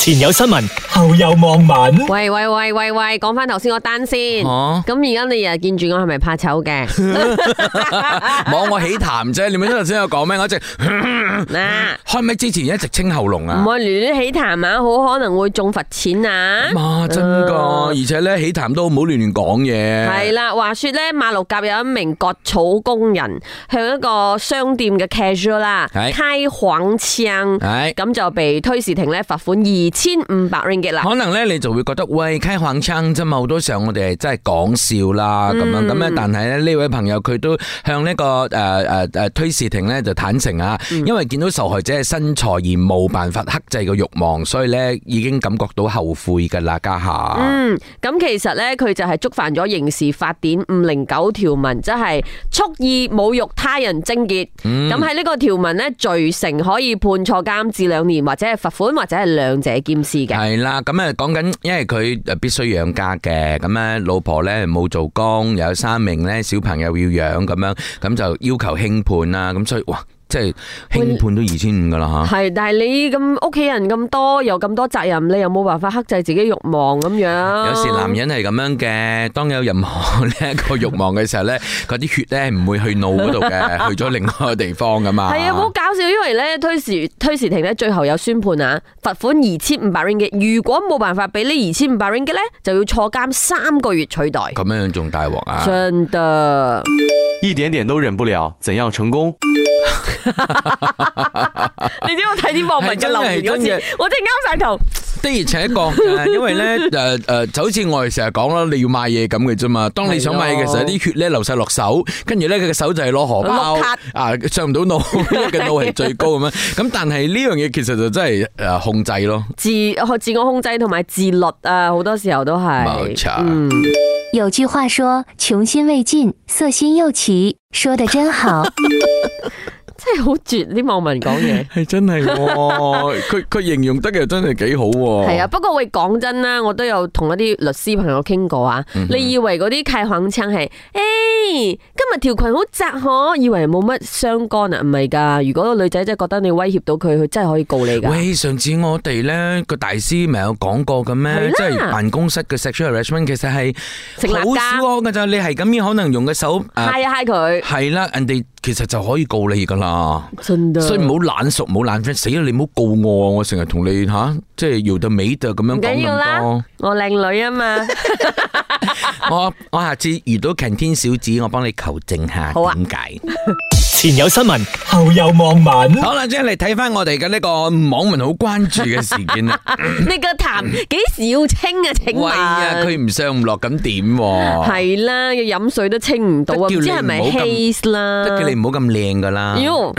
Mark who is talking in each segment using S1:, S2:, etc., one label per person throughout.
S1: 前有新聞，後有網民。
S2: 喂喂喂喂喂，講翻頭先嗰單先。
S3: 哦
S2: 咁而家你日日見住我係咪怕醜 嘅？啊
S3: 冇我起痰啫，你咪頭先有講咩？我一直開
S2: 嗱，
S3: 咪之前一直清喉嚨啊
S2: 唔。可以亂亂起痰啊，好可能會中罰錢啊。
S3: 哇，真噶！而且咧起痰都唔好亂亂講嘢。
S2: 呃係啦，話說咧，馬六甲有一名割草工人向一個商店嘅 casual 啦
S3: 係
S2: 開黃槍，
S3: 係
S2: 咁就被推事庭咧罰款二千五百 ringgit 啦。
S3: 可能咧，你就會覺得喂，開行撐啫嘛，好多時候我哋係真係講笑啦咁
S2: 嗯
S3: 樣咁咧。但係咧呢位朋友佢都向呢、個誒誒誒推事庭咧就坦誠啊，
S2: 嗯
S3: 因為見到受害者嘅身材而冇辦法克制個慾望，所以咧已經感覺到後悔㗎啦，家下。
S2: 嗯，咁其實咧，佢就係觸犯咗刑事法典五零九條文，即係蓄意侮辱他人貞潔。
S3: 嗯
S2: 咁喺呢個條文咧，罪成可以判錯監至兩年，或者係罰款，或者係兩者兼施嘅。
S3: 係啦，咁啊講緊，因為佢呃誒必須養家嘅，咁咧老婆咧冇做工，又有三名咧小朋友要養，咁樣咁就要求輕判啦，咁所以哇，即係輕判都二啊千五噶啦吓。
S2: 係，但係你咁屋企人咁多，有咁多責任，你又冇辦法克制自己慾望咁樣。
S3: 有時男人啊係咁樣嘅，當有任何呢一個慾望嘅時候咧，嗰啲血咧唔會去腦嗰度嘅， 去咗另外一個地方噶嘛。
S2: 係啊，好搞笑，因為咧推時推時庭咧最後有宣判啊，罰款二千五百 ringgit。如果冇辦法俾呢二千五百 ringgit 咧，就要坐監三個月取代。
S3: 咁樣仲大鑊啊！
S2: 真的。
S4: 一点点都忍不了，怎样成功？
S2: 你知我睇啲網民嘅留言，好
S3: 係真嘅係真
S2: 似我真係啱晒頭。
S3: 的而 且確，誒因為咧誒誒，就好似我哋成日講啦，你要買嘢咁嘅啫嘛。當你想買嘢嘅時候，
S2: 係咯
S3: 啲血咧流晒落手，跟住咧佢嘅手就係攞荷包
S2: 碌卡
S3: 啊，上唔到腦， 因為嘅腦係最高咁樣。咁但係呢樣嘢其實就真係誒控制咯。
S2: 自學自我控制同埋自律啊，好多時候都係。
S3: 冇錯
S2: 嗯，
S5: 有句话说：“穷心未尽，色心又起。”说的真好。
S2: 真係好絕啲網民講嘢。
S3: 係真係喎， 佢佢形容得又真係幾好喎。
S2: 係啊，，不過喂，講真啦，我都有同一啲律師朋友傾過啊。你以為嗰啲契行槍係，誒、哎今日條裙好窄可，以為冇乜相干啊？唔係㗎，如果個女仔真係覺得你威脅到佢，佢真係可以告你㗎。
S3: 喂，上次我哋咧個大師咪有講過嘅
S2: 係
S3: 咩
S2: 啦？
S3: 即係辦公室嘅 sexual harassment 其實係
S2: 食辣
S3: 好
S2: 㗎
S3: 少嘅咋，你係咁樣可能用嘅手誒
S2: 嗨一嗨佢，
S3: 係啦，人哋其實就可以告你噶啦。
S2: 真的。
S3: 所以唔好懶熟，唔好懶 friend，死啦！你唔好告我啊！我成日同你吓、即係搖到尾度咁樣
S2: 唔緊
S3: 講
S2: 要
S3: 咁
S2: 啦
S3: 多。，
S2: 我靚女啊嘛。
S3: 我我下次遇到 canteen 小子，我幫你求證下
S2: 好啊
S3: 點解。
S1: 前有新聞，後有網民。
S3: 好啦，即係嚟睇翻我哋嘅呢個網民好關注嘅事件 啦。
S2: 你個痰幾時要清啊？請
S3: 喂啊，
S2: 問
S3: 佢唔上唔落咁點喎？
S2: 係啊啦，要飲水都清唔到啊，
S3: 都
S2: 唔
S3: 叫
S2: 知
S3: 你
S2: 係咪
S3: 唔好咁
S2: haze 啦？
S3: 得嘅，你唔好咁靚噶啦。
S2: 喲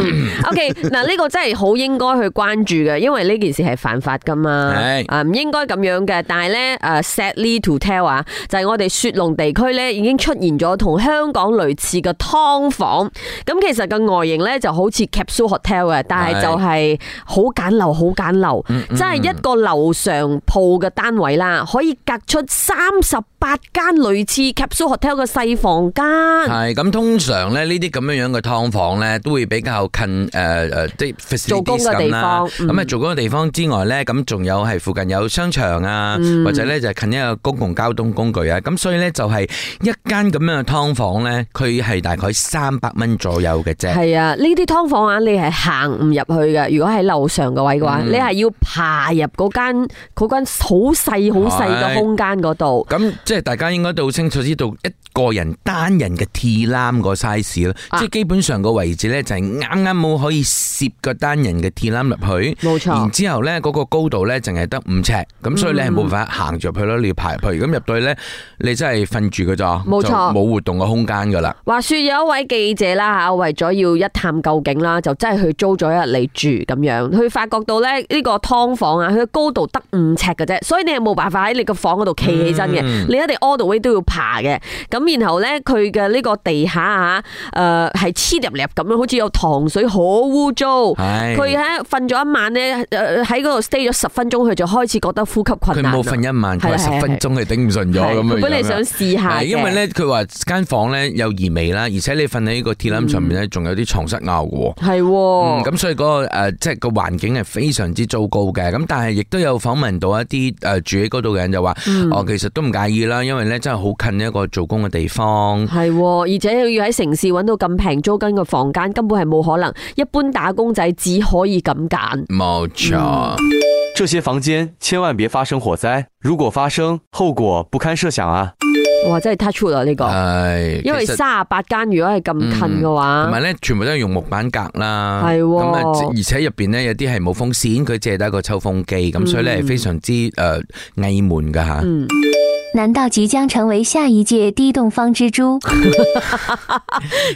S2: 嗯 OK，嗱呢個真係好應該去關注嘅，因為呢件事係犯法噶嘛
S3: 係，
S2: 啊唔應該咁樣嘅。但係咧，誒 sadly to tell 啊，就係我哋雪隆地區咧已經出現咗同香港類似嘅劏房。咁其實個外形咧就好似 capsule hotel 嘅，但係
S3: 係
S2: 就係好簡陋，好簡陋，即係一個樓上鋪嘅單位啦，可以隔出三十八間類似 capsule hotel 嘅細房間。
S3: 係咁，通常咧呢啲咁樣樣嘅劏房咧，都會比較近誒誒，即係 facilities
S2: 做工嘅地方
S3: 咁啦咁啊，
S2: 嗯
S3: 做工嘅地方之外咧，咁仲有係附近有商場啊，
S2: 嗯
S3: 或者咧就係近一個公共交通工具啊。咁所以咧就係一間咁樣嘅劏房咧，佢係大概三百蚊左右嘅啫。
S2: 系啊，呢啲劏房啊，你係行唔入去嘅。如果喺樓上嘅位嘅話，你係要爬入嗰間嗰間好細好細嘅
S3: 係
S2: 空間嗰度。
S3: 咁即係大家應該都好清楚知道一個人單人嘅 T 籃個 size 啦，
S2: 啊
S3: 即係基本上個位置咧就係啱啱冇可以攝個單人嘅 T 籃入去，
S2: 冇錯
S3: 然之後咧嗰個高度咧淨係得五尺，咁所以你係冇辦法行住入去咯，你要爬入去。咁入到去咧，你真係瞓住噶咋，
S2: 冇錯
S3: 就冇活動嘅空間噶啦。
S2: 話說有一位記者啦吓，为咗要一探究竟啦，就真係去租咗一日嚟住咁樣。佢發覺到咧呢個劏房啊，佢嘅高度得五尺嘅啫，所以你係冇辦法喺你個房嗰度企起身嘅，你一定 all the way 都要爬嘅。咁咁然後咧佢嘅呢個地下啊，誒係黐入入咁樣，好似有糖水，好污糟。
S3: 係
S2: 佢喺瞓咗一晚咧，誒喺嗰度 stay 咗十分鐘，佢就開始覺得呼吸
S3: 佢
S2: 困難啦。
S3: 冇瞓一晚，佢
S2: 係
S3: 話
S2: 啦係啦
S3: 十分鐘佢頂唔順咗
S2: 係
S3: 咁樣樣
S2: 佢
S3: 啊。
S2: 本嚟想試下
S3: 係
S2: 嘅，
S3: 因為咧，佢話間房咧有異味啦，而且你瞓喺呢個鐵欄上面咧，仲有啲床蝨咬嘅喎。
S2: 係
S3: 嗯，
S2: 喎。
S3: 咁所以嗰、個呃即係個環境係非常之糟糕嘅。咁但係亦都有訪問到一啲誒、呃住喺嗰度嘅人就話，
S2: 嗯
S3: 哦，其實都唔介意啦，因為咧真係好近一個做工嘅地方。
S2: 係喎，而且要喺城市揾到咁平租金嘅房間，根本係冇可能。一般打工仔只可以咁揀。
S3: 冇錯，
S4: 这些房间千万别发生火灾，如果发生，后果不堪设想啊！
S2: 哇，真係 touch wood 啊呢個，
S3: 係
S2: 因為
S3: 其實嗯
S2: 三十八間如果係咁近嘅
S3: 同
S2: 話，
S3: 埋咧，全部都係用木板隔啦，
S2: 係喎
S3: 咁啊，而且入邊咧有啲係冇風扇，佢借得一個抽風機，咁所以咧係非常之誒翳悶噶嚇。
S2: 嗯，
S5: 难道即将成为下一届低洞方蜘蛛？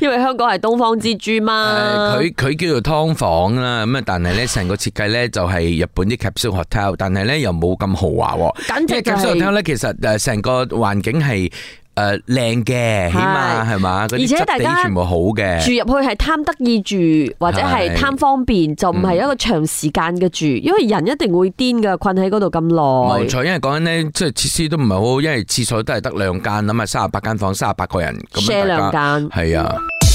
S2: 因為香港係東方之珠嘛。
S3: 誒佢佢叫做劏房啦，咁啊，但係咧成個設計咧就係日本啲 capsule hotel，但係咧又冇咁豪華喎。
S2: 簡
S3: 因
S2: 直
S3: 為
S2: 就係
S3: capsule hotel 咧，其實誒成個環境係誒靚嘅，起碼係嘛，嗰
S2: 而
S3: 啲
S2: 且
S3: 質
S2: 大
S3: 地
S2: 家
S3: 全部好嘅
S2: 住。入去係貪得意住，或者係
S3: 係
S2: 貪方便，就唔係一個長時間嘅住，因為人一定會癲噶，困喺嗰度咁
S3: 冇
S2: 耐。
S3: 錯，因為講緊咧，即係設施都唔係好，因為廁所都係得兩間咁啊，三十八間房，三十八個人咁
S2: share 兩
S3: 樣大家。
S2: 間。
S3: 係啊，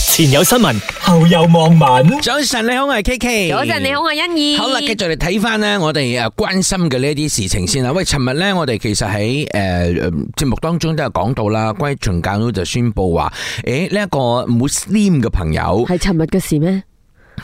S1: 前有新聞，後有望文。
S3: 早晨你好，我係 K K。
S2: 早晨，你好，。我係欣怡。
S3: 好啦，繼續嚟睇翻咧，我哋誒關心嘅呢一啲事情先啦。喂，尋日咧，我哋其實喺誒節目當中都有講到啦，關於秦教都就宣布話，誒呢一個 Muslim 嘅朋友，
S2: 係尋日嘅事咩？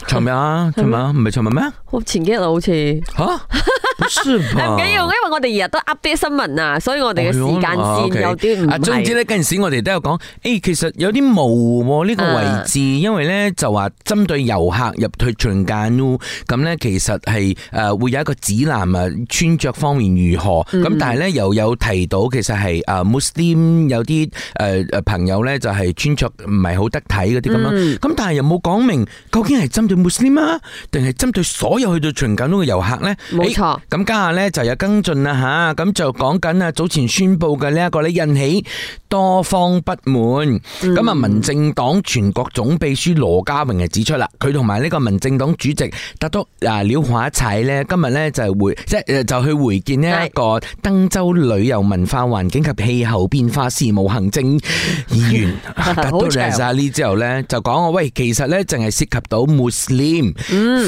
S3: 尋日啊，尋日啊唔係尋日咩？
S2: 好前幾日啊好似。唔
S3: 吓， 不是吧？
S2: 緊要，因為我哋日日都 update 新聞啊，所以我哋嘅時間
S3: 啊哦
S2: 線
S3: ，OK
S2: 有啲唔
S3: 啊，總之
S2: 係。
S3: 咧，嗰陣時我哋都有講，誒、其實有啲模糊喎呢個位置，因為咧就話針對遊客入去進間屋，咁咧其實係誒、呃、會有一個指南啊，穿着方面如何，咁、但係咧又有提到其實係誒、呃 Muslim 有啲誒誒朋友咧就係、穿着唔係好得體嗰啲咁樣，咁、但係又冇講明究竟係針對 Muslim 啊，定係針對所有去到進間屋嘅遊客咧？
S2: 冇
S3: 誒
S2: 錯
S3: 咁家下咧就有跟進啦吓，咁就講緊啊早前宣布嘅呢一個咧引起多方不滿。
S2: 嗯
S3: 咁啊、民政黨全國總秘書羅家榮就指出啦，佢同埋呢個民政黨主席特督啊廖華齊咧，今日咧就係會即係就去會見呢一個登州旅遊文化環境及氣候變化事務行政議員特督
S2: 好長啊
S3: Raza 呢之後咧就講我喂，其實咧淨係涉及到 Muslim，、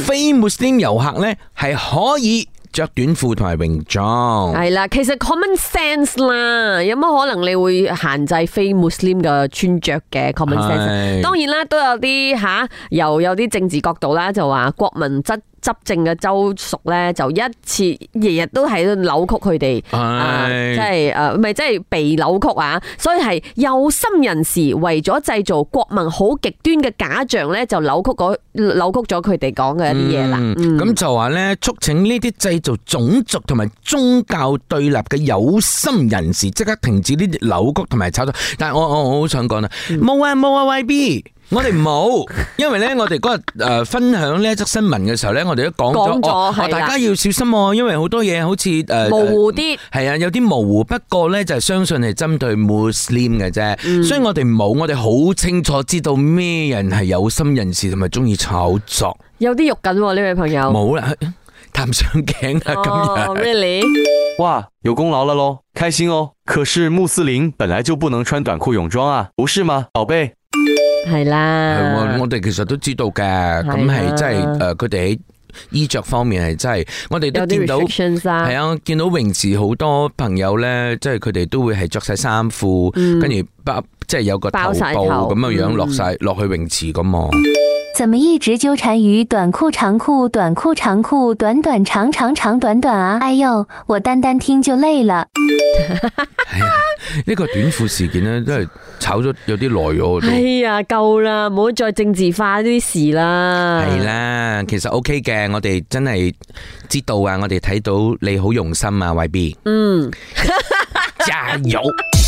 S3: 非
S2: 嗯
S3: Muslim 遊客咧係可以着短褲同埋泳裝。
S2: 係啦，其實 common sense 啦，有乜可能你會限制非 Muslim 嘅穿着嘅 common sense？
S3: 係
S2: 當然啦，都有啲吓、又有啲政治角度啦，就話國民質。執政嘅州屬咧，就一次日日都喺度扭曲佢哋，
S3: 係
S2: 啊即係誒，唔係即係被扭曲啊！所以係有心人士為咗製造國民好極端嘅假象咧，就扭曲嗰扭曲咗佢哋講嘅一啲嘢啦。
S3: 嗯咁就話咧，促請呢啲製造種族同埋宗教對立嘅有心人士即刻停止呢啲扭曲同埋炒作。但係我我我好想講啊，
S2: 嗯
S3: 冇啊冇啊 YB。我哋 冇，因為咧，我哋嗰日誒分享呢一則新聞嘅時候咧，我哋都講
S2: 講
S3: 咗，
S2: 咗
S3: 哦
S2: 係
S3: 哦
S2: 啦
S3: 大家要小心喎，因為好多嘢好似誒
S2: 模糊啲。
S3: 係啊，有啲模糊，不過呢，就係相信係針對 Muslim 嘅啫，
S2: 嗯
S3: 所以我哋冇，我哋好清楚知道咩人係有心人士同埋中意炒作，
S2: 有啲肉緊喎，呢位朋友。
S3: 冇啦，探上頸啦
S2: 哦
S3: 今日。
S2: ，really？
S4: 哇，有功劳了喽，开心哦！可是穆斯林本来就不能穿短裤泳装啊，不是吗，宝贝？
S2: 係
S3: 係喎
S2: 啦，
S3: 我哋其實都知道嘅，
S2: 係啊
S3: 咁係真係誒，佢哋喺衣着方面係真係，我哋都
S2: 有啲
S3: 見到。
S2: restrictions 啊
S3: 係。啊，見到泳池好多朋友咧，即係佢哋都會係着晒衫褲，
S2: Ừ.
S3: 跟住包即係有個頭
S2: 包
S3: 部
S2: 晒頭
S3: 咁嘅樣
S2: 嗯
S3: 落晒落去泳池咁嘛。
S5: 怎么一直纠缠于短裤长裤、短裤长裤、短短长长长短短啊？哎呦，我单单听就累了。
S3: 係啊呢個短褲事件咧，真係炒咗有啲耐咗
S2: 哎
S3: 都。
S2: 呀，夠啦，唔好再政治化呢啲事啦。
S3: 係啦，其實 OK 嘅，我哋真係知道啊，我哋睇到你好用心啊，YB。嗯，加油！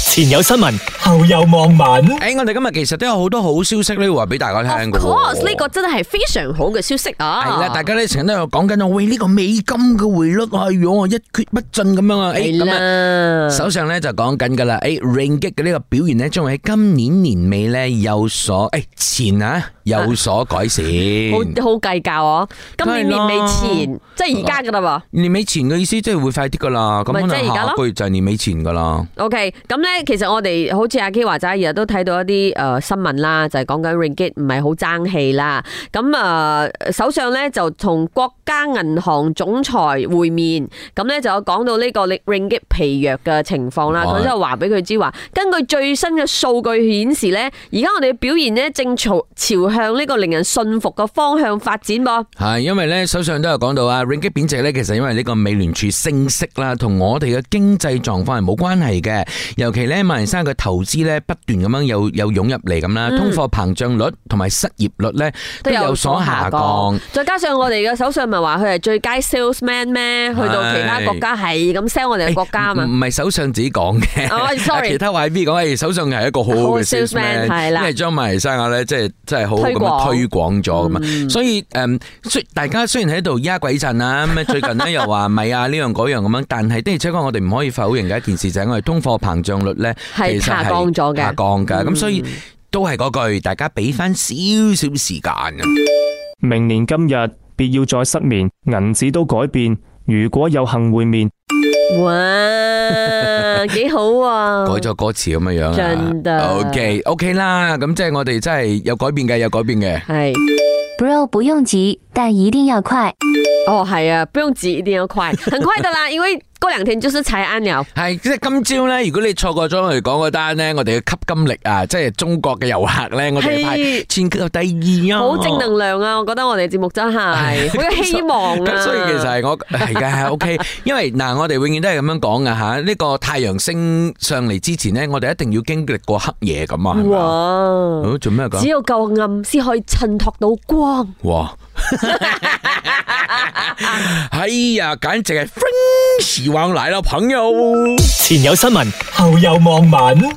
S1: 前有新闻，後有網民。
S3: 诶、我哋今日其實都有好多好消息咧，話俾大家
S2: Of
S3: 聽嘅喎。
S2: course，呢個 Ờ. 真係非常好嘅消息啊！
S3: 係啦，大家咧成日都有講緊啊，喂呢、個美金嘅匯率啊，如果我一蹶不振咁樣啊，诶
S2: 係
S3: 咁啊。
S2: 啦，
S3: 手上咧就講緊噶啦，诶、Ringgit 嘅呢個表現咧，將會喺今年年尾咧有所诶、前啊
S2: Ờ.
S3: 有所改善。
S2: 好好計較哦。今年年尾前，即係而家噶啦
S3: 年尾前嘅意思即係會快啲噶啦，咁
S2: 咪
S3: 可
S2: 即係
S3: 能
S2: 而家咯
S3: 下個月就係年尾前噶啦。
S2: 喎。OK，咁咧其實我哋好似阿基話齋，日日都睇到一啲誒新聞啦，就係講緊 ringgit 唔係好爭氣啦。咁啊，呃首相咧就同國家銀行總裁會面，咁咧就有講到呢個 ringgit 疲弱嘅情況啦。
S3: 係
S2: 咁就話俾佢知話，根據最新嘅數據顯示咧，而家我哋嘅表現咧正朝朝向呢個令人信服嘅方向發展噃。
S3: 系，因為咧，首相都有講到啊，ringgit 貶值咧，其實因為呢個美聯儲升息啦，同我哋嘅經濟狀況係冇關係嘅。尤其咧，馬來西亞嘅投資咧不斷咁樣有有涌入嚟咁啦，通貨膨脹率同埋失業率咧都有所下降。。
S2: 再加上我哋嘅首相咪話佢係最佳 salesman 咩？去到其他國家係咁 sell 我哋嘅國家
S3: 唔
S2: 嘛。
S3: 唔係首相自己講 嘅，
S2: 哦，sorry
S3: 嗯啊其他 Y B 講，诶，首相係一個好好嘅
S2: 好 salesman，係
S3: salesman，
S2: 啦
S3: 因為將馬來西亞咧，即係即係好好咁樣推
S2: 推
S3: 廣
S2: 嗯
S3: 咗咁啊，所以诶，誒雖大家雖然喺度呀鬼陣啊，咁啊最近呢又話米啊呢樣嗰樣咁樣，但係的而且確我哋唔可以否認嘅一件事就係我哋通貨膨脹率咧
S2: 係
S3: 其實
S2: 下降咗嘅嗯
S3: 下降嘅，咁所以都係嗰句，大家俾翻少少時間啊。
S2: 嗯
S6: 明年今日，別要再失眠，銀紙都改變。如果有幸會面，
S2: 哇，幾好啊！
S3: 改咗歌詞咁樣樣啊
S2: 真的
S3: OK OK 啦，咁即係我哋真係有改變嘅，有改變嘅。
S2: 係
S5: Bro 不用急，但一定要快。
S2: 哦，係啊，不用急，一定要 快，很快的啦，因為過兩天就是踩安了。
S3: 系，即系今朝咧，如果你錯過咗我哋講嗰單咧，我哋嘅吸金力啊，即係中國嘅遊客咧，我哋排
S2: 係
S3: 全球第二啊，
S2: 好正能量啊！我覺得我哋節目真係 好有希望啊！
S3: 咁所以其實係我係嘅 ，OK。因為嗱，我哋永遠都係咁樣講噶吓，呢個太陽升上嚟之前咧，我哋一定要經歷過黑夜咁啊，係咪啊？
S2: 哇，
S3: 好做咩啊咁
S2: 只？有夠暗先可以襯托到光。
S3: 哇！ 哎呀，簡直係 f r e n c h 往來啦，朋友。
S1: 前有新聞，後有網民。